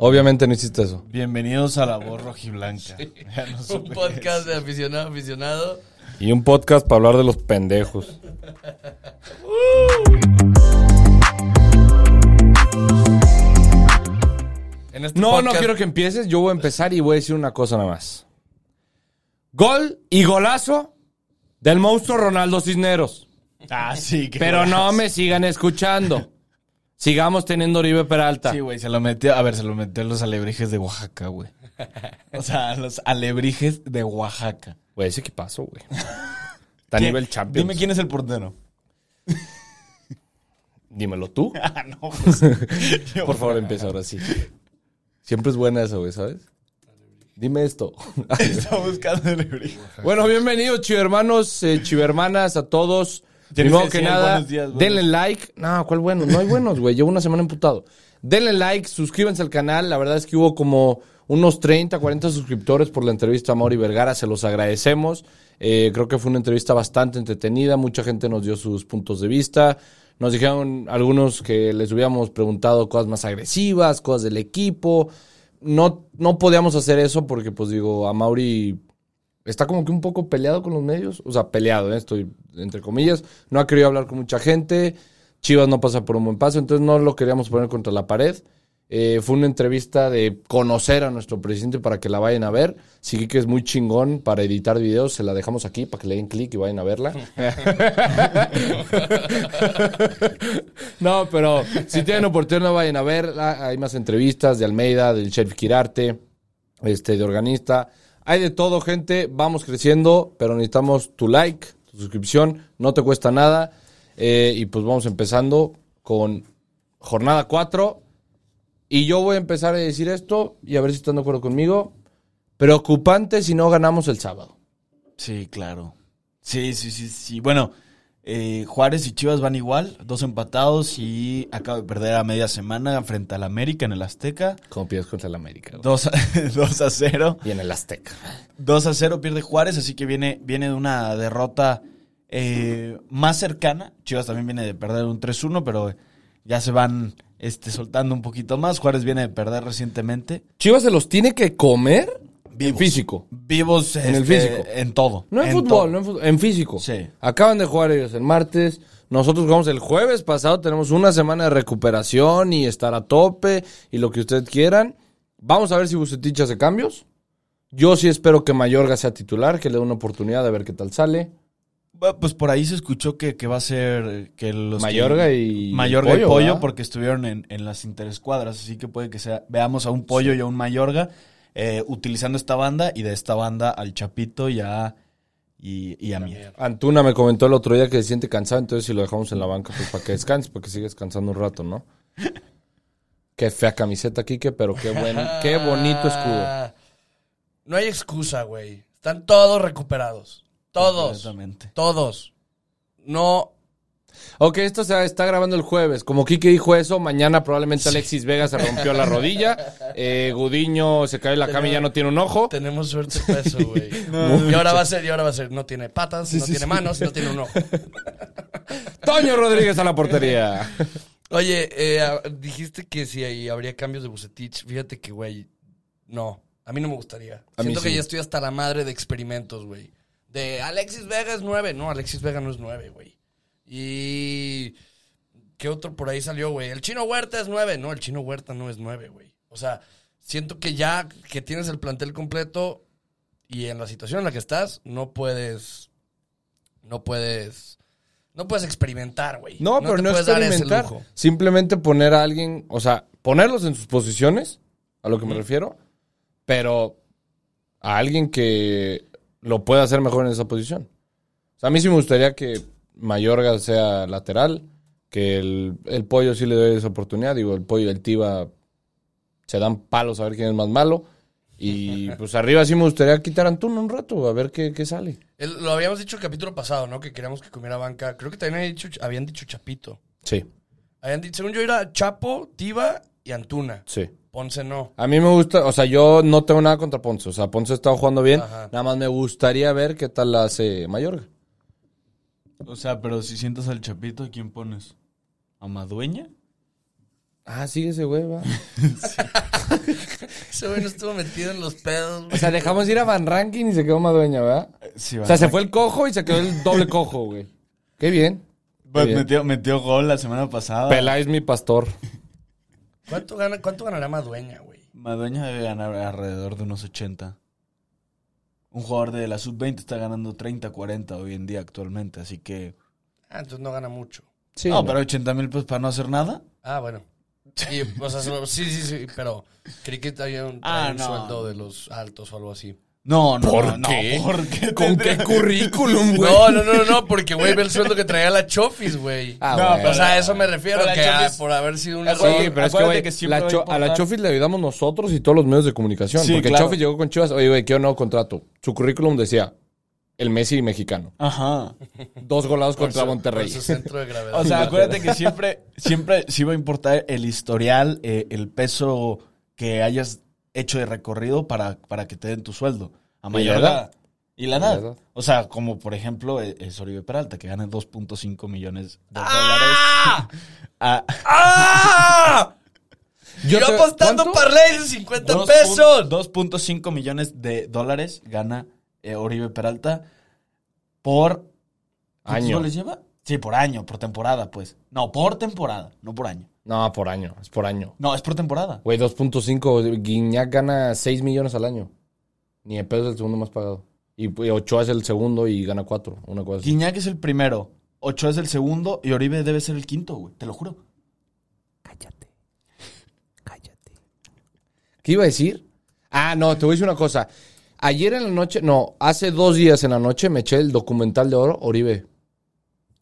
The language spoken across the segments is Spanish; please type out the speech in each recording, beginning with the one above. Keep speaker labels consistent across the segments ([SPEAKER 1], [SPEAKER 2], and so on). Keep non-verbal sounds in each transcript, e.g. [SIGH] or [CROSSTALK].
[SPEAKER 1] Obviamente no hiciste eso.
[SPEAKER 2] Bienvenidos a La [LAUGHS] Voz Rojiblanca. Ya no
[SPEAKER 3] Un
[SPEAKER 2] supe.
[SPEAKER 3] podcast de aficionado a aficionado.
[SPEAKER 1] Y un podcast para hablar de los pendejos.
[SPEAKER 3] En este
[SPEAKER 1] No, no
[SPEAKER 3] podcast-
[SPEAKER 1] quiero que empieces. Yo voy a empezar y voy a decir una cosa nada más. Gol y golazo del monstruo Ronaldo Cisneros.
[SPEAKER 2] Ah, sí. qué
[SPEAKER 1] Pero no
[SPEAKER 2] golazo.
[SPEAKER 1] me sigan escuchando. Sigamos teniendo a Oribe Peralta.
[SPEAKER 2] Sí, güey, se lo metió. A ver, se lo metió a los alebrijes de Oaxaca, güey. O sea, a los alebrijes de Oaxaca.
[SPEAKER 1] Güey, ese equipazo, güey.
[SPEAKER 2] [LAUGHS]
[SPEAKER 1] Está a nivel Champions.
[SPEAKER 2] Dime quién es el portero.
[SPEAKER 1] Dímelo tú.
[SPEAKER 2] [LAUGHS] Ah, [LAUGHS] no, pues. Yo-
[SPEAKER 1] Por
[SPEAKER 2] [LAUGHS]
[SPEAKER 1] favor, empieza ahora sí. Siempre es buena eso, güey, ¿sabes? Dime esto.
[SPEAKER 2] [LAUGHS] Está buscando alebrijes.
[SPEAKER 1] [LAUGHS] Bueno, bienvenidos, chivermanos, eh, chivermanas, a todos.
[SPEAKER 2] Tienes
[SPEAKER 1] Primero que
[SPEAKER 2] que decir
[SPEAKER 1] nada,
[SPEAKER 2] buenos días, buenos.
[SPEAKER 1] denle like. No, ¿cuál bueno? No hay buenos, güey. Llevo una semana emputado. Denle like, suscríbanse al canal. La verdad es que hubo como unos 30, 40 suscriptores por la entrevista a Mauri Vergara. Se los agradecemos. Eh, creo que fue una entrevista bastante entretenida. Mucha gente nos dio sus puntos de vista. Nos dijeron algunos que les hubiéramos preguntado cosas más agresivas, cosas del equipo. No, no podíamos hacer eso porque, pues digo, a Mauri está como que un poco peleado con los medios. O sea, peleado, ¿eh? estoy entre comillas. No ha querido hablar con mucha gente. Chivas no pasa por un buen paso, entonces no lo queríamos poner contra la pared. Eh, fue una entrevista de conocer a nuestro presidente para que la vayan a ver. Sí que es muy chingón para editar videos. Se la dejamos aquí para que le den clic y vayan a verla. [LAUGHS] no, pero si tienen oportunidad vayan a verla. Hay más entrevistas de Almeida, del chef Quirarte este, de organista. Hay de todo, gente. Vamos creciendo, pero necesitamos tu like, tu suscripción. No te cuesta nada. Eh, y pues vamos empezando con jornada 4. Y yo voy a empezar a decir esto y a ver si están de acuerdo conmigo. Preocupante si no ganamos el sábado.
[SPEAKER 2] Sí, claro. Sí, sí, sí, sí. Bueno, eh, Juárez y Chivas van igual, dos empatados y acaba de perder a media semana frente al América en el Azteca.
[SPEAKER 1] Como pides contra el América. güey.
[SPEAKER 2] 2 a, [LAUGHS] 0.
[SPEAKER 1] Y en el Azteca.
[SPEAKER 2] 2 a 0 pierde Juárez, así que viene, viene de una derrota eh, más cercana. Chivas también viene de perder un 3-1, pero ya se van este, soltando un poquito más. Juárez viene de perder recientemente.
[SPEAKER 1] Chivas se los tiene que comer en
[SPEAKER 2] Vivos.
[SPEAKER 1] físico.
[SPEAKER 2] Vivos
[SPEAKER 1] En el
[SPEAKER 2] este,
[SPEAKER 1] físico.
[SPEAKER 2] En todo.
[SPEAKER 1] No en,
[SPEAKER 2] todo.
[SPEAKER 1] fútbol, no en fútbol, en físico.
[SPEAKER 2] Sí.
[SPEAKER 1] Acaban de jugar ellos el martes. Nosotros jugamos el jueves pasado. Tenemos una semana de recuperación y estar a tope y lo que ustedes quieran. Vamos a ver si Bucetich hace cambios. Yo sí espero que Mayorga sea titular, que le dé una oportunidad de ver qué tal sale.
[SPEAKER 2] Bueno, Pues por ahí se escuchó que, que va a ser eh, que los
[SPEAKER 1] Mayorga
[SPEAKER 2] que-
[SPEAKER 1] y
[SPEAKER 2] Mayorga y
[SPEAKER 1] Pollo,
[SPEAKER 2] Pollo,
[SPEAKER 1] ¿verdad?
[SPEAKER 2] porque estuvieron en, en las interescuadras, así que puede que sea veamos a un Pollo y a un Mayorga eh, utilizando esta banda y de esta banda al Chapito y a y, y a Mier.
[SPEAKER 1] Antuna me comentó el otro día que se siente cansado, entonces si lo dejamos en la banca, pues para que descanse, porque sigue descansando un rato, ¿no? Qué fea camiseta, Kike, pero qué, buen, qué bonito escudo.
[SPEAKER 3] Ah, No hay excusa, güey. Están todos recuperados. Todos.
[SPEAKER 2] Completamente.
[SPEAKER 3] Todos. No.
[SPEAKER 1] Ok, esto se está grabando el jueves. Como Kike dijo eso, mañana probablemente Alexis Vega se rompió la rodilla. Eh, Gudiño se cayó en la cama y ya no tiene un ojo.
[SPEAKER 3] Tenemos suerte para [LAUGHS] eso, güey. y ahora va a ser, y ahora va a ser. No tiene patas, no tiene manos, no tiene un ojo.
[SPEAKER 1] Toño Rodríguez a la portería.
[SPEAKER 3] Oye, eh, a- dijiste que si ahí habría cambios de Bucetich. Fíjate que, güey, no. A mí no me gustaría.
[SPEAKER 1] A mí
[SPEAKER 3] Siento que
[SPEAKER 1] sí.
[SPEAKER 3] ya estoy hasta la madre de experimentos, güey. De Alexis Vega es nueve. No, Alexis Vega no es nueve, güey. Y... ¿Qué otro por ahí salió, güey? El chino Huerta es nueve. No, el chino Huerta no es nueve, güey. O sea, siento que ya que tienes el plantel completo y en la situación en la que estás, no puedes... No puedes... No puedes experimentar, güey.
[SPEAKER 1] No, pero
[SPEAKER 3] te
[SPEAKER 1] no
[SPEAKER 3] puedes dar ese
[SPEAKER 1] experimentar.
[SPEAKER 3] lujo.
[SPEAKER 1] Simplemente poner a alguien, o sea, ponerlos en sus posiciones, a lo que me refiero, pero a alguien que lo pueda hacer mejor en esa posición. O sea, a mí sí me gustaría que Mayorga sea lateral, que el, el pollo sí le dé esa oportunidad. Digo, el pollo y el tiba se dan palos a ver quién es más malo.
[SPEAKER 3] [LAUGHS]
[SPEAKER 1] Y pues arriba sí me gustaría quitar a Antuna un rato, a ver qué, qué sale.
[SPEAKER 3] El- lo habíamos dicho el capítulo pasado, ¿no? Que queríamos que comiera banca. Creo que también habían dicho, habían dicho Chapito.
[SPEAKER 1] Sí,
[SPEAKER 3] Habían dicho, según yo era Chapo, Tiva y Antuna.
[SPEAKER 1] sí.
[SPEAKER 3] Ponce no.
[SPEAKER 1] A mí me gusta, o sea, yo no tengo nada contra Ponce. O sea, Ponce ha estado jugando bien.
[SPEAKER 3] Ajá.
[SPEAKER 1] Nada más me gustaría ver qué tal la hace Mayorga.
[SPEAKER 2] O sea, pero si sientas al Chapito, ¿a quién pones? ¿A Madueña?
[SPEAKER 1] Ah, sigue ese güey, va.
[SPEAKER 3] [LAUGHS] Ese güey no estuvo metido en los pedos,
[SPEAKER 1] O
[SPEAKER 3] güey.
[SPEAKER 1] sea, dejamos ir a Van Ranking y se quedó Madueña, ¿verdad?
[SPEAKER 2] Sí,
[SPEAKER 1] O
[SPEAKER 2] va.
[SPEAKER 1] sea, se fue el cojo y se quedó el doble cojo, güey. Qué bien.
[SPEAKER 2] Pues
[SPEAKER 1] bien.
[SPEAKER 2] metió, metió gol la semana pasada.
[SPEAKER 1] Peláis mi pastor.
[SPEAKER 3] [LAUGHS] ¿Cuánto, gana, ¿Cuánto ganará Madueña, güey?
[SPEAKER 2] Madueña debe ganar alrededor de unos 80. Un jugador de la sub-20 está ganando 30, 40 hoy en día actualmente, así que...
[SPEAKER 3] Ah, entonces no gana mucho.
[SPEAKER 1] Sí.
[SPEAKER 2] no, pero 80 mil pues para no hacer nada.
[SPEAKER 3] Ah, bueno. Y, o sea, solo- sí, sí, sí, pero creí que había un,
[SPEAKER 2] Ah,
[SPEAKER 3] un
[SPEAKER 2] no.
[SPEAKER 3] sueldo de los altos o algo así.
[SPEAKER 2] No, no,
[SPEAKER 1] ¿Por
[SPEAKER 2] no,
[SPEAKER 1] qué?
[SPEAKER 2] no, ¿por qué
[SPEAKER 1] ¿Con qué
[SPEAKER 2] tendría- [LAUGHS]
[SPEAKER 1] currículum, güey?
[SPEAKER 3] No, no, no, no, porque, güey, ve el sueldo que traía la Chofis, güey.
[SPEAKER 1] Ah,
[SPEAKER 2] No,
[SPEAKER 1] güey.
[SPEAKER 3] o sea, a eso me refiero,
[SPEAKER 2] Pero la
[SPEAKER 3] que ah,
[SPEAKER 2] Chofis-
[SPEAKER 3] por haber sido una...
[SPEAKER 2] Sí,
[SPEAKER 1] Sí, pero es que,
[SPEAKER 2] Acuérdate
[SPEAKER 1] güey,
[SPEAKER 2] que siempre
[SPEAKER 1] la
[SPEAKER 2] va a
[SPEAKER 1] Cho- a la
[SPEAKER 2] importar.
[SPEAKER 1] Chofis le ayudamos nosotros y todos los medios de comunicación.
[SPEAKER 2] Sí,
[SPEAKER 1] porque
[SPEAKER 2] claro.
[SPEAKER 1] Chofis llegó con Chivas, oye, güey, quiero un nuevo contrato. Su currículum decía, el Messi mexicano.
[SPEAKER 2] Ajá.
[SPEAKER 1] Dos golados
[SPEAKER 3] por
[SPEAKER 1] contra
[SPEAKER 3] su-
[SPEAKER 1] Monterrey.
[SPEAKER 3] por su centro de gravedad. [LAUGHS]
[SPEAKER 2] O sea, acuérdate que siempre, siempre sí va a importar el historial, eh, el peso que hayas hecho de recorrido para, para que te den tu sueldo. A mayor
[SPEAKER 1] edad.
[SPEAKER 2] edad. Y la
[SPEAKER 1] Y la
[SPEAKER 2] nada.
[SPEAKER 1] edad.
[SPEAKER 2] O sea, como por ejemplo eh, es Oribe Peralta, que gana 2.5 millones de
[SPEAKER 3] ¡Ah!
[SPEAKER 2] dólares. [LAUGHS] Ah,
[SPEAKER 3] ¡Ah! Yo,
[SPEAKER 1] te-
[SPEAKER 3] apostando
[SPEAKER 1] ¿cuánto?
[SPEAKER 3] parlay de 50
[SPEAKER 2] dos
[SPEAKER 3] pesos.
[SPEAKER 2] pun- 2.5 millones de dólares gana eh, Oribe Peralta por... ¿cuántos
[SPEAKER 1] Año.
[SPEAKER 2] goles lleva? Sí, por año, por temporada, pues. No, por temporada, no por año.
[SPEAKER 1] No, por año, es por año.
[SPEAKER 2] No, es por temporada.
[SPEAKER 1] Güey, 2.5, Guiñac gana 6 millones al año. Ni de pedo es el segundo más pagado. Y pues, Ochoa es el segundo y gana 4, una cosa así.
[SPEAKER 2] Guiñac es el primero, Ochoa es el segundo y Oribe debe ser el quinto, güey, te lo juro.
[SPEAKER 1] ¿Qué iba a decir? Ah, no, te voy a decir una cosa. Ayer en la noche, no, hace dos días en la noche me eché el documental de oro, Oribe.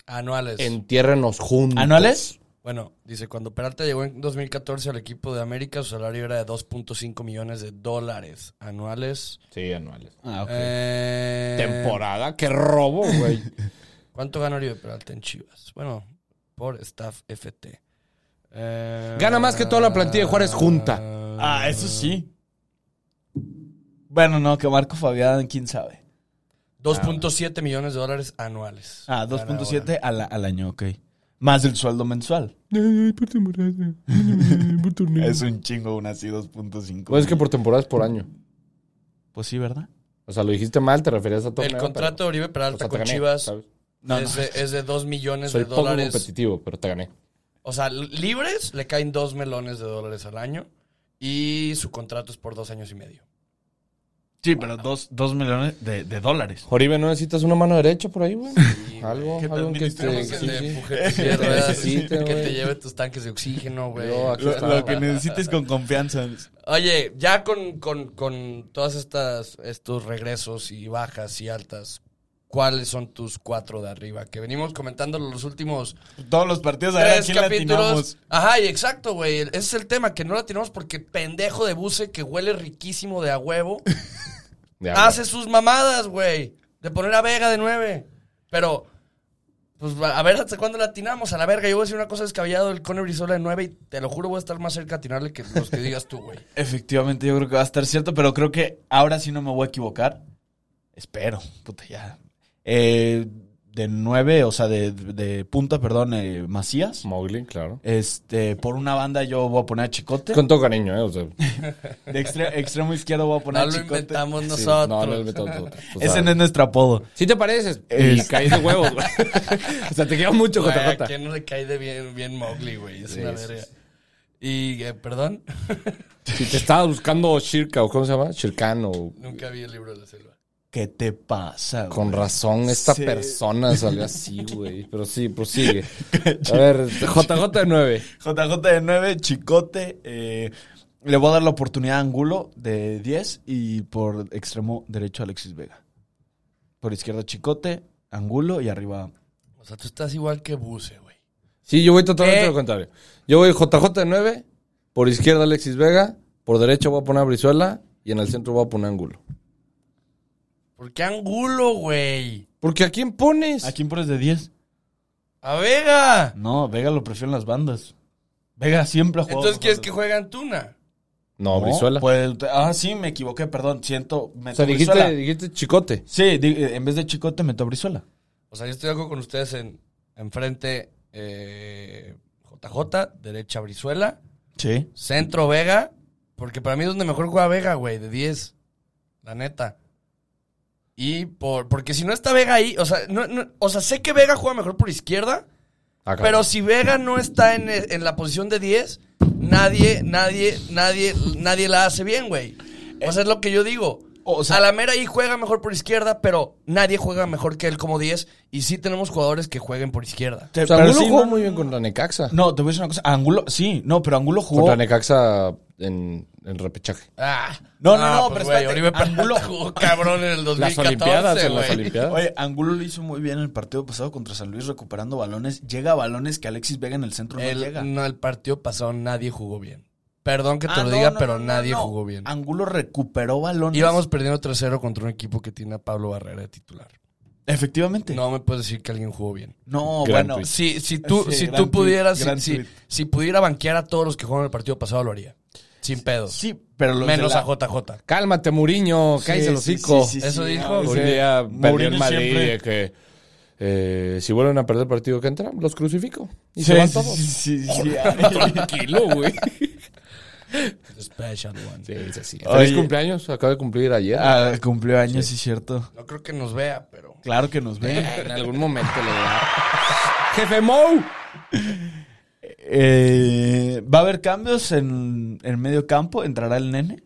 [SPEAKER 3] Anuales.
[SPEAKER 1] Entiérrenos juntos.
[SPEAKER 2] ¿Anuales?
[SPEAKER 3] Bueno, dice, cuando Peralta llegó en 2014 al equipo de América, su salario era de 2.5 millones de dólares anuales.
[SPEAKER 1] Sí, anuales.
[SPEAKER 2] Ah, ok.
[SPEAKER 3] Eh,
[SPEAKER 1] Temporada, qué robo, güey.
[SPEAKER 3] ¿Cuánto gana Oribe Peralta en Chivas? Bueno, por staff FT. Eh,
[SPEAKER 1] Gana más que toda la plantilla de Juárez junta.
[SPEAKER 2] ah, eso sí. Bueno, no, que Marco Fabián, quién sabe.
[SPEAKER 3] 2.7 millones de dólares anuales.
[SPEAKER 2] Ah,
[SPEAKER 3] Gana
[SPEAKER 2] 2.7 al, al año, ok. Más del sueldo mensual. Es un chingo, aún así, 2.5.
[SPEAKER 1] Pues es que por temporada es por año.
[SPEAKER 2] Pues sí, ¿verdad?
[SPEAKER 1] O sea, lo dijiste mal, te referías a
[SPEAKER 3] ahora.
[SPEAKER 1] todo.
[SPEAKER 3] El contrato de Oribe Peralta con Chivas
[SPEAKER 2] No,
[SPEAKER 3] es,
[SPEAKER 2] no.
[SPEAKER 3] De, es de 2 millones
[SPEAKER 1] Soy
[SPEAKER 3] de
[SPEAKER 1] poco
[SPEAKER 3] dólares
[SPEAKER 1] competitivo, pero te gané.
[SPEAKER 3] O sea, li- libres le caen dos melones de dólares al año y su contrato es por dos años y medio.
[SPEAKER 2] Sí, pero 2 millones de, de dólares.
[SPEAKER 1] Oribe, ¿no necesitas una mano derecha por ahí, güey? algo,
[SPEAKER 2] Que te
[SPEAKER 1] algo en que te...
[SPEAKER 2] administremos
[SPEAKER 1] sí,
[SPEAKER 2] el
[SPEAKER 3] Que te
[SPEAKER 1] sí.
[SPEAKER 3] empuje tus piernas,
[SPEAKER 1] necesite,
[SPEAKER 3] que te
[SPEAKER 1] güey.
[SPEAKER 3] lleve tus tanques de oxígeno, güey.
[SPEAKER 1] Yo aquí
[SPEAKER 2] Lo, lo que necesites con confianza.
[SPEAKER 3] Oye, ya con, con, con todas estas estos regresos y bajas y altas, ¿cuáles son tus cuatro de arriba? Que venimos comentando los últimos
[SPEAKER 2] Todos los partidos, a ver a
[SPEAKER 3] tres
[SPEAKER 2] quién le atinamos.
[SPEAKER 3] capítulos. Ajá, y exacto, güey. Ese es el tema, que no la tiramos porque pendejo de buce que huele riquísimo de a huevo.
[SPEAKER 1] Ya, güey.
[SPEAKER 3] hace sus mamadas, güey. De poner a Vega de nueve. Pero, pues a ver hasta cuándo la atinamos a la verga. Yo voy a decir una cosa descabellado el Cone Brizola de nueve y te lo juro voy a estar más cerca a atinarle que los que digas tú,
[SPEAKER 1] [LAUGHS]
[SPEAKER 3] güey.
[SPEAKER 2] Efectivamente, yo creo que va a estar cierto, pero creo que ahora sí no me voy a equivocar. Espero, puta ya. Eh, de nueve, o sea, de, de punta, perdón, eh, Macías.
[SPEAKER 1] Mowgli, claro.
[SPEAKER 2] Este, por una banda yo voy a poner a Chicote.
[SPEAKER 1] Con todo cariño, ¿eh? O sea,
[SPEAKER 2] De extre- extremo izquierdo voy a poner
[SPEAKER 3] No
[SPEAKER 2] a
[SPEAKER 3] lo
[SPEAKER 2] Chicote.
[SPEAKER 3] inventamos
[SPEAKER 1] sí,
[SPEAKER 3] nosotros.
[SPEAKER 1] no, no, no, no, no, o sea,
[SPEAKER 2] Ese no es nuestro apodo.
[SPEAKER 1] Sí te pareces. Y
[SPEAKER 2] Es-
[SPEAKER 1] caí de huevos, güey. O sea, te queda mucho,
[SPEAKER 3] [LAUGHS] Güey, ¿a
[SPEAKER 1] JJ.
[SPEAKER 3] quién no le cae de bien, bien Mowgli, güey? Es
[SPEAKER 1] Sí,
[SPEAKER 3] una
[SPEAKER 1] sí,
[SPEAKER 3] verga. Y, eh, perdón, [LAUGHS]
[SPEAKER 1] Si te estabas buscando Shirka, o ¿cómo se llama? Shirkan, o...
[SPEAKER 3] nunca vi el libro de la selva.
[SPEAKER 2] ¿Qué te pasa? güey?
[SPEAKER 1] Con razón, esta
[SPEAKER 2] Sí.
[SPEAKER 1] persona salió así, güey. Pero sí, prosigue. A ver, JJ de 9.
[SPEAKER 2] JJ de 9, Chicote. eh, le voy a dar la oportunidad a Angulo de 10 y por extremo derecho Alexis Vega. Por izquierda Chicote, Angulo y arriba.
[SPEAKER 3] O sea, tú estás igual que Buse, güey.
[SPEAKER 1] Sí, yo voy totalmente
[SPEAKER 3] ¿Qué?
[SPEAKER 1] lo contrario. Yo voy JJ de 9, por izquierda Alexis Vega, por derecha voy a poner a Brizuela y en el centro voy a poner a Angulo.
[SPEAKER 3] ¿Por qué Angulo, güey?
[SPEAKER 1] Porque ¿a quién pones?
[SPEAKER 2] ¿A quién pones de 10?
[SPEAKER 3] ¡A Vega!
[SPEAKER 2] No, Vega lo prefiero en las bandas. Vega siempre ha jugado.
[SPEAKER 3] Entonces
[SPEAKER 2] con
[SPEAKER 3] quieres que
[SPEAKER 2] bandas.
[SPEAKER 3] juegue Antuna.
[SPEAKER 1] No,
[SPEAKER 2] No,
[SPEAKER 1] Brizuela.
[SPEAKER 2] pues, ah, sí, me equivoqué, perdón. Siento.
[SPEAKER 1] o
[SPEAKER 2] meto
[SPEAKER 1] sea,
[SPEAKER 2] Brizuela.
[SPEAKER 1] dijiste, dijiste chicote.
[SPEAKER 2] Sí, di- eh, en vez de Chicote meto a Brizuela.
[SPEAKER 3] O sea, yo estoy de acuerdo con ustedes en enfrente eh, JJ, derecha Brizuela,
[SPEAKER 2] Sí.
[SPEAKER 3] Centro Vega, porque para mí es donde mejor juega Vega, güey, de 10. La neta. Y por, porque si no está Vega ahí, o sea, no- no- o sea, sé que Vega juega mejor por izquierda,
[SPEAKER 1] Acá.
[SPEAKER 3] pero si Vega no está en, en la posición de 10, nadie, nadie, nadie, nadie la hace bien, güey. O sea, es lo que yo digo.
[SPEAKER 2] O sea-
[SPEAKER 3] Alamera ahí juega mejor por izquierda, pero nadie juega mejor que él como 10. Y sí tenemos jugadores que jueguen por izquierda.
[SPEAKER 1] O
[SPEAKER 2] Te-
[SPEAKER 1] sea,
[SPEAKER 2] pero
[SPEAKER 1] Angulo
[SPEAKER 2] sí,
[SPEAKER 1] jugó
[SPEAKER 2] no-
[SPEAKER 1] muy bien contra Necaxa.
[SPEAKER 2] No, te voy a decir una cosa. Angulo, sí, no, pero Angulo jugó.
[SPEAKER 1] Contra Necaxa en, en repechaje.
[SPEAKER 3] Ah,
[SPEAKER 2] No, no, no, pero
[SPEAKER 3] pues, güey,
[SPEAKER 2] espérate.
[SPEAKER 3] Oribe Peralta
[SPEAKER 2] Angulo-
[SPEAKER 3] jugó [LAUGHS] cabrón en el 2014,
[SPEAKER 1] Las Olimpiadas, en las
[SPEAKER 3] güey.
[SPEAKER 1] Olimpiadas.
[SPEAKER 2] Oye, Angulo lo hizo muy bien en el partido pasado contra San Luis recuperando balones. Llega a balones que Alexis Vega en el centro no llega.
[SPEAKER 3] El, no, el partido pasado nadie jugó bien. Perdón que te
[SPEAKER 2] Ah,
[SPEAKER 3] lo
[SPEAKER 2] no,
[SPEAKER 3] diga,
[SPEAKER 2] no,
[SPEAKER 3] pero
[SPEAKER 2] no,
[SPEAKER 3] nadie
[SPEAKER 2] no.
[SPEAKER 3] jugó bien.
[SPEAKER 2] Angulo recuperó balones.
[SPEAKER 3] Íbamos perdiendo 3-0 contra un equipo que tiene a Pablo Barrera de titular.
[SPEAKER 2] Efectivamente. No,
[SPEAKER 3] No me puedes decir que alguien jugó bien.
[SPEAKER 1] Gran
[SPEAKER 2] bueno.
[SPEAKER 1] tuit.
[SPEAKER 2] sí.
[SPEAKER 3] Si, si tú,
[SPEAKER 2] Sí,
[SPEAKER 3] si
[SPEAKER 2] gran
[SPEAKER 3] tú pudieras,
[SPEAKER 2] tuit, gran
[SPEAKER 3] si, si,
[SPEAKER 2] tuit.
[SPEAKER 3] si pudiera banquear a todos los que jugaron el partido pasado, lo haría. Sin pedos.
[SPEAKER 2] Sí, pero los de
[SPEAKER 3] Menos
[SPEAKER 2] la-
[SPEAKER 3] a JJ.
[SPEAKER 1] Cálmate, Muriño,
[SPEAKER 2] Sí,
[SPEAKER 1] cállese el
[SPEAKER 2] sí,
[SPEAKER 1] hocico.
[SPEAKER 2] sí, sí,
[SPEAKER 3] Eso
[SPEAKER 2] sí,
[SPEAKER 3] dijo,
[SPEAKER 2] no,
[SPEAKER 1] Hoy
[SPEAKER 2] sí.
[SPEAKER 1] día perdió
[SPEAKER 2] Mourinho
[SPEAKER 1] el Madrid
[SPEAKER 2] siempre-
[SPEAKER 1] de que eh, si vuelven a perder el partido que entra, los crucifico. Y
[SPEAKER 2] Sí,
[SPEAKER 1] se van
[SPEAKER 2] sí,
[SPEAKER 1] todos.
[SPEAKER 2] sí, [LAUGHS] sí, sí.
[SPEAKER 1] Tranquilo, güey.
[SPEAKER 3] Special one.
[SPEAKER 1] Sí, sí, sí.
[SPEAKER 2] Oye.
[SPEAKER 1] Feliz cumpleaños, acaba de cumplir ayer.
[SPEAKER 2] Ah, cumplió años, sí, cierto. Eh,
[SPEAKER 3] No creo que nos vea, pero.
[SPEAKER 2] Claro que nos ven.
[SPEAKER 1] En algún momento le da. [LAUGHS] ¡Jefe Mou!
[SPEAKER 2] Eh, ¿Va a haber cambios en el medio campo? ¿Entrará el nene?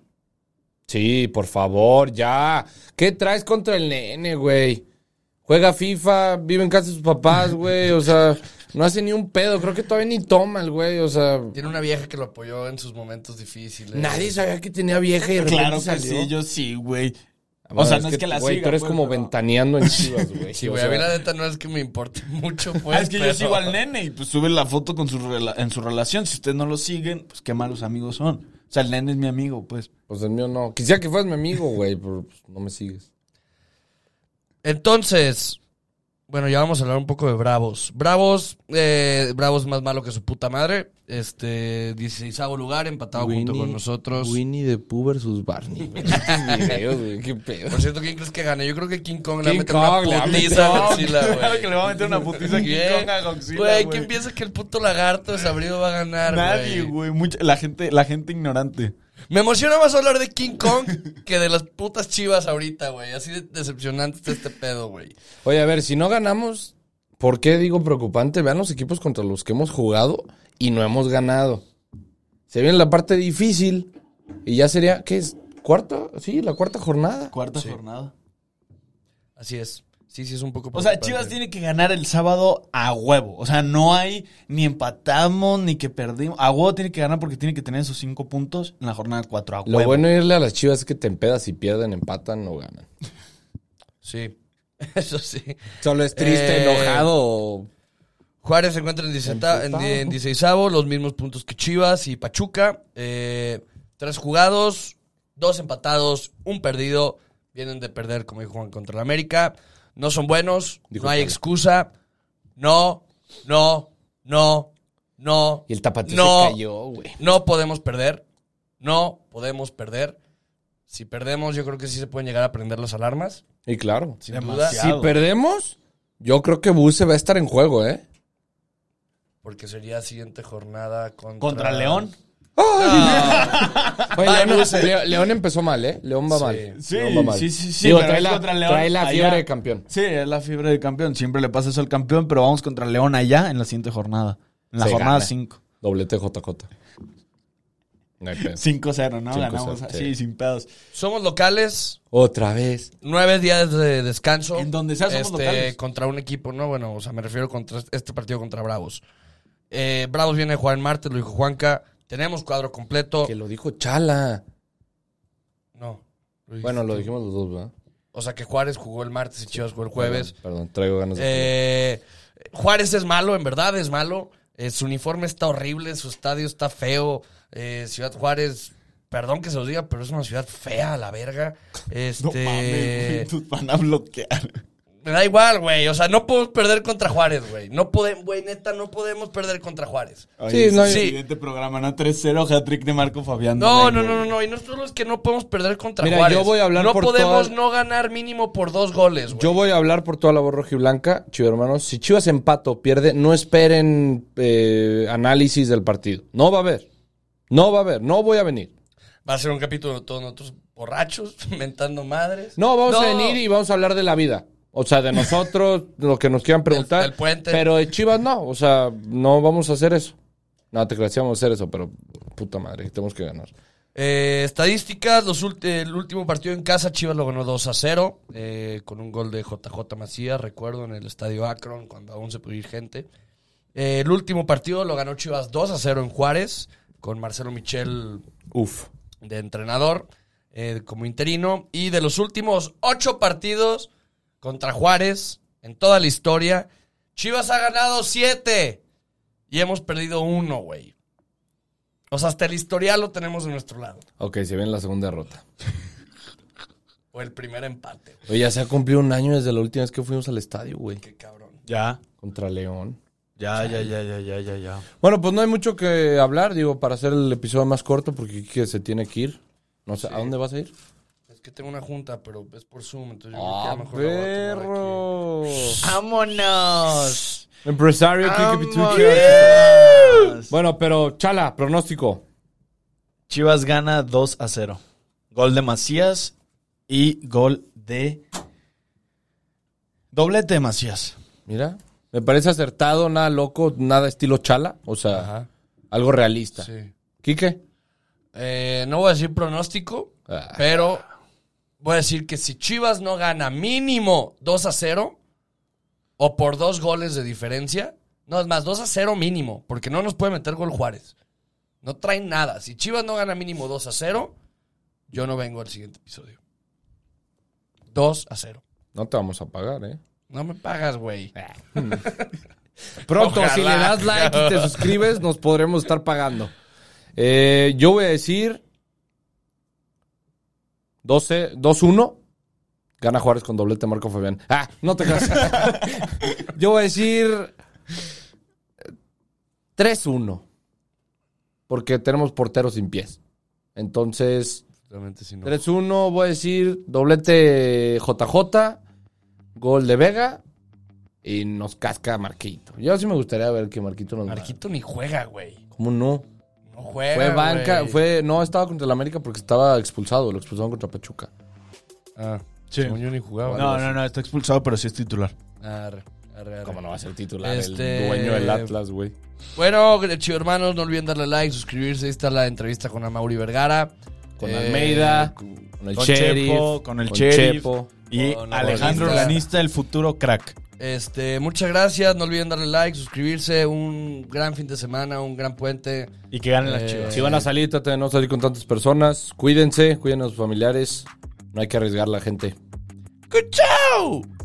[SPEAKER 1] Sí, por favor, ya. ¿Qué traes contra el nene, güey? Juega FIFA, vive en casa de sus papás, güey. O sea, no hace ni un pedo. Creo que todavía ni toma el güey. O sea,
[SPEAKER 3] Tiene una vieja que lo apoyó en sus momentos difíciles.
[SPEAKER 1] nadie sabía que tenía vieja y de repente
[SPEAKER 2] Claro que
[SPEAKER 1] salió.
[SPEAKER 2] sí, yo sí, güey.
[SPEAKER 1] Bueno,
[SPEAKER 2] O sea, no es que, la
[SPEAKER 1] Ah, güey,
[SPEAKER 2] siga,
[SPEAKER 1] tú eres
[SPEAKER 2] pues,
[SPEAKER 1] como
[SPEAKER 2] pero-
[SPEAKER 1] ventaneando en chivas, [LAUGHS] güey.
[SPEAKER 3] Sí,
[SPEAKER 1] O
[SPEAKER 3] güey,
[SPEAKER 1] sea,
[SPEAKER 3] a mí la neta no es que me importe [LAUGHS] mucho, pues.
[SPEAKER 2] Ah, es que yo
[SPEAKER 3] pero-
[SPEAKER 2] sigo [LAUGHS] al nene y pues sube la foto con su rela- en su relación. Si ustedes no lo siguen, pues qué malos amigos son. O sea, el nene es mi amigo, pues.
[SPEAKER 1] Pues el mío no. Quisiera que fueras mi amigo, güey, pero pues, no me sigues.
[SPEAKER 3] Entonces, bueno, ya vamos a hablar un poco de Bravos. Bravos, eh, Bravos más malo que su puta madre. Este, 16 lugar, empatado junto con nosotros.
[SPEAKER 1] Winnie de Pooh versus Barney, [LAUGHS] güey. Estos videos, güey, Qué pedo.
[SPEAKER 3] Por cierto, ¿quién crees que gane? Yo creo que King Kong le va a
[SPEAKER 1] King
[SPEAKER 3] meter
[SPEAKER 1] Kong, le va
[SPEAKER 3] una
[SPEAKER 1] a
[SPEAKER 3] putiza a
[SPEAKER 1] meter-
[SPEAKER 2] [LAUGHS]
[SPEAKER 3] Godzilla, güey.
[SPEAKER 2] Claro que le va a meter una putiza a King Kong a Godzilla,
[SPEAKER 3] Güey,
[SPEAKER 2] güey.
[SPEAKER 3] ¿quién piensa que el puto lagarto desabrido va a ganar,
[SPEAKER 2] Nadie, güey. Mucha- la gente, la gente ignorante.
[SPEAKER 3] Me emociona más hablar de King Kong que de las putas chivas ahorita, güey. Así de decepcionante está este pedo, güey.
[SPEAKER 1] Oye, a ver, si no ganamos, ¿por qué digo preocupante? Vean los equipos contra los que hemos jugado y no hemos ganado. Se viene la parte difícil y ya sería, ¿qué es? ¿Cuarta? Sí, la cuarta jornada.
[SPEAKER 2] Cuarta jornada.
[SPEAKER 3] Así es. Sí, sí, es un poco
[SPEAKER 2] O sea,
[SPEAKER 3] preocupante.
[SPEAKER 2] Chivas tiene que ganar el sábado a huevo. O sea, no hay ni empatamos ni que perdimos. A huevo tiene que ganar porque tiene que tener esos cinco puntos en la jornada 4 a
[SPEAKER 1] Lo
[SPEAKER 2] huevo.
[SPEAKER 1] bueno de irle a las chivas es que te empedas si pierden, empatan o ganan.
[SPEAKER 3] Sí. [LAUGHS] Eso sí.
[SPEAKER 1] Solo es
[SPEAKER 3] triste, enojado,
[SPEAKER 1] enojado.
[SPEAKER 3] Juárez se encuentra en, 16 en,
[SPEAKER 1] Emputado.
[SPEAKER 3] en 16avo, los mismos puntos que Chivas y Pachuca. Eh, tres jugados, dos empatados, un perdido. Vienen de perder, como dijo Juan, contra el América. No son buenos,
[SPEAKER 1] Dijo
[SPEAKER 3] no hay
[SPEAKER 1] Tala.
[SPEAKER 3] excusa. No, no, no, no.
[SPEAKER 1] Y el tapatío
[SPEAKER 3] No.
[SPEAKER 1] se cayó, güey.
[SPEAKER 3] No podemos perder. No podemos perder. Si perdemos, yo creo que sí se pueden llegar a prender las alarmas.
[SPEAKER 1] Y claro.
[SPEAKER 3] Sin duda.
[SPEAKER 2] Demasiado.
[SPEAKER 1] Si perdemos, yo creo que Buse va a estar en juego, ¿eh?
[SPEAKER 3] Porque sería siguiente jornada contra...
[SPEAKER 2] Contra León.
[SPEAKER 1] Oye, León, Leo- León empezó mal, ¿eh? León va
[SPEAKER 3] Sí.
[SPEAKER 1] mal.
[SPEAKER 2] Sí,
[SPEAKER 1] León va mal.
[SPEAKER 2] sí, sí, sí,
[SPEAKER 1] Digo,
[SPEAKER 2] pero
[SPEAKER 1] trae
[SPEAKER 2] es
[SPEAKER 1] la,
[SPEAKER 2] contra León
[SPEAKER 1] trae la
[SPEAKER 2] allá.
[SPEAKER 1] fiebre de campeón.
[SPEAKER 2] Sí, es la fibra del campeón. Siempre le pasa eso al campeón, pero vamos contra León allá en la siguiente jornada. En la
[SPEAKER 1] Se
[SPEAKER 2] jornada
[SPEAKER 1] gana.
[SPEAKER 2] 5.
[SPEAKER 1] Doblete JJ. No hay pedo.
[SPEAKER 2] 5-0, ¿no?
[SPEAKER 1] 5-0,
[SPEAKER 2] Ganamos así,
[SPEAKER 1] sí.
[SPEAKER 2] sin pedos.
[SPEAKER 3] Somos locales.
[SPEAKER 1] Otra vez.
[SPEAKER 3] Nueve días de descanso.
[SPEAKER 2] En donde sea somos
[SPEAKER 3] Este,
[SPEAKER 2] locales.
[SPEAKER 3] Contra un equipo, ¿no? Bueno, o sea, me refiero contra este partido contra Bravos. Eh, Bravos viene a jugar el martes, lo dijo Juanca. Tenemos cuadro completo.
[SPEAKER 1] Que lo dijo Chala.
[SPEAKER 3] No.
[SPEAKER 1] Bueno, lo dijimos los dos, ¿verdad?
[SPEAKER 3] O sea, que Juárez jugó el martes y Chivas jugó el jueves.
[SPEAKER 1] Perdón, perdón, traigo ganas de...
[SPEAKER 3] Eh, Juárez es malo, en verdad es malo. Eh, su uniforme está horrible, su estadio está feo. Eh, ciudad Juárez, perdón que se los diga, pero es una ciudad fea a la verga.
[SPEAKER 2] [LAUGHS] No mames,
[SPEAKER 3] Este,
[SPEAKER 2] güey, nos van a bloquear.
[SPEAKER 3] me da igual, güey. O sea, no podemos perder contra Juárez, güey. No podemos, güey, neta, no podemos perder contra Juárez.
[SPEAKER 1] Sí, no,
[SPEAKER 2] el
[SPEAKER 1] sí.
[SPEAKER 2] siguiente programa, ¿no? 3-0, hat-trick de Marco Fabián.
[SPEAKER 3] No,
[SPEAKER 2] Durango,
[SPEAKER 3] no, no, no,
[SPEAKER 2] güey.
[SPEAKER 3] no. Y no solo es que no podemos perder contra
[SPEAKER 1] Mira,
[SPEAKER 3] Juárez.
[SPEAKER 1] yo voy a hablar
[SPEAKER 3] No
[SPEAKER 1] por
[SPEAKER 3] podemos
[SPEAKER 1] todas-
[SPEAKER 3] no ganar mínimo por dos goles, güey.
[SPEAKER 1] Yo voy a hablar por toda la voz roja y blanca, chivo hermanos. Si Chivas empato pierde, no esperen eh, análisis del partido. No va a haber. No va a haber, no voy a venir.
[SPEAKER 3] Va a ser un capítulo de todos nosotros borrachos, [LAUGHS] mentando madres.
[SPEAKER 1] No, vamos a venir y vamos a hablar de la vida. O sea, de
[SPEAKER 3] [LAUGHS]
[SPEAKER 1] nosotros, lo que nos quieran preguntar.
[SPEAKER 3] del puente.
[SPEAKER 1] Pero de Chivas no, o sea, no vamos a hacer eso. No, te creas, sí vamos a hacer eso, pero puta madre, tenemos que ganar.
[SPEAKER 3] Eh, estadísticas, los ult- el último partido en casa, Chivas lo ganó 2 a 0, eh, con un gol de JJ Macías, recuerdo, en el estadio Akron, cuando aún se pudo ir gente. Eh, el último partido lo ganó Chivas 2 a 0 en Juárez, con Marcelo Michel
[SPEAKER 1] Uf.
[SPEAKER 3] de entrenador, eh, como interino. Y de los últimos ocho partidos contra Juárez en toda la historia, Chivas ha ganado siete y hemos perdido uno, güey. O sea, hasta el historial lo tenemos de nuestro lado.
[SPEAKER 1] Ok, se viene la segunda derrota.
[SPEAKER 3] O el primer empate, güey.
[SPEAKER 1] Oye, ya se ha cumplido un año desde la última vez que fuimos al estadio, güey.
[SPEAKER 3] Qué cabrón.
[SPEAKER 2] Ya,
[SPEAKER 1] Contra León.
[SPEAKER 2] ya, ya, ya, ya, ya, ya, ya.
[SPEAKER 1] Bueno, pues no hay mucho que hablar, digo, para hacer el episodio más corto, porque Kike se tiene que ir. No sé, ¿a dónde vas a ir?
[SPEAKER 3] Es que tengo una junta, pero es por Zoom, entonces yo
[SPEAKER 1] ¡Ah,
[SPEAKER 3] creo que a lo mejor la voy a tomar aquí.
[SPEAKER 1] perro!
[SPEAKER 2] ¡Vámonos!
[SPEAKER 1] Empresario Kike
[SPEAKER 2] ¡Vámonos!
[SPEAKER 1] Pituque. Bueno, pero Chala, pronóstico.
[SPEAKER 2] Chivas gana 2 a 0. Gol de Macías y gol de. Doblete de Macías.
[SPEAKER 1] Mira, me parece acertado, nada loco, nada estilo Chala, o sea,
[SPEAKER 3] Ajá,
[SPEAKER 1] algo realista.
[SPEAKER 3] sí.
[SPEAKER 1] Quique,
[SPEAKER 3] Eh, no voy a decir pronóstico,
[SPEAKER 1] Ah.
[SPEAKER 3] pero voy a decir que si Chivas no gana mínimo 2 a 0 o por dos goles de diferencia, no es más, 2 a 0 mínimo, porque no nos puede meter gol Juárez. No traen nada. Si Chivas no gana mínimo 2 a 0, yo no vengo al siguiente episodio. 2 a 0.
[SPEAKER 1] no te vamos a pagar, ¿eh?
[SPEAKER 3] No me pagas, güey.
[SPEAKER 1] Pronto,
[SPEAKER 3] Ojalá.
[SPEAKER 1] si le das like y te suscribes, nos podremos estar pagando. Eh, yo voy a decir 12 2-1. Gana Juárez con doblete Marco Fabián. Ah, no te creas. [LAUGHS] yo voy a decir 3-1. Porque tenemos porteros sin pies. Entonces,
[SPEAKER 3] Realmente si no.
[SPEAKER 1] 3-1, voy a decir doblete JJ, gol de Vega y nos casca Marquito. Yo sí me gustaría ver que Marquito Eh, nos
[SPEAKER 3] Marquito ni juega, güey.
[SPEAKER 1] ¿Cómo no?
[SPEAKER 3] No juega.
[SPEAKER 1] Fue banca,
[SPEAKER 3] güey.
[SPEAKER 1] fue no estaba contra el América porque estaba expulsado, lo expulsaron contra Pachuca.
[SPEAKER 3] Ah,
[SPEAKER 2] Sí.
[SPEAKER 3] según yo ni
[SPEAKER 1] Ah,
[SPEAKER 3] jugaba.
[SPEAKER 2] No, no, no, está expulsado, pero sí es titular.
[SPEAKER 3] Arre, arre, arre.
[SPEAKER 1] ¿Cómo no va a ser titular
[SPEAKER 3] Este-
[SPEAKER 1] el dueño del Atlas, güey?
[SPEAKER 3] Bueno, chido hermanos, no olviden darle like, suscribirse. Ahí está la entrevista con Amaury Vergara.
[SPEAKER 1] Con
[SPEAKER 3] Eh,
[SPEAKER 1] Almeida, con el
[SPEAKER 2] con
[SPEAKER 1] Sheriff,
[SPEAKER 2] Chepo, con el Sheriff.
[SPEAKER 1] Chepo.
[SPEAKER 2] Y
[SPEAKER 3] Con
[SPEAKER 2] Alejandro
[SPEAKER 3] Organista.
[SPEAKER 2] Lanista, el futuro crack.
[SPEAKER 3] Este, muchas gracias. No olviden darle like, suscribirse. Un gran fin de semana, un gran puente.
[SPEAKER 2] Y que ganen las
[SPEAKER 3] Eh,
[SPEAKER 2] Chivas.
[SPEAKER 1] Si van a salir, traten de no salir con tantas personas. Cuídense, cuiden a sus familiares. No hay que arriesgar la gente.
[SPEAKER 3] ¡Cuchao!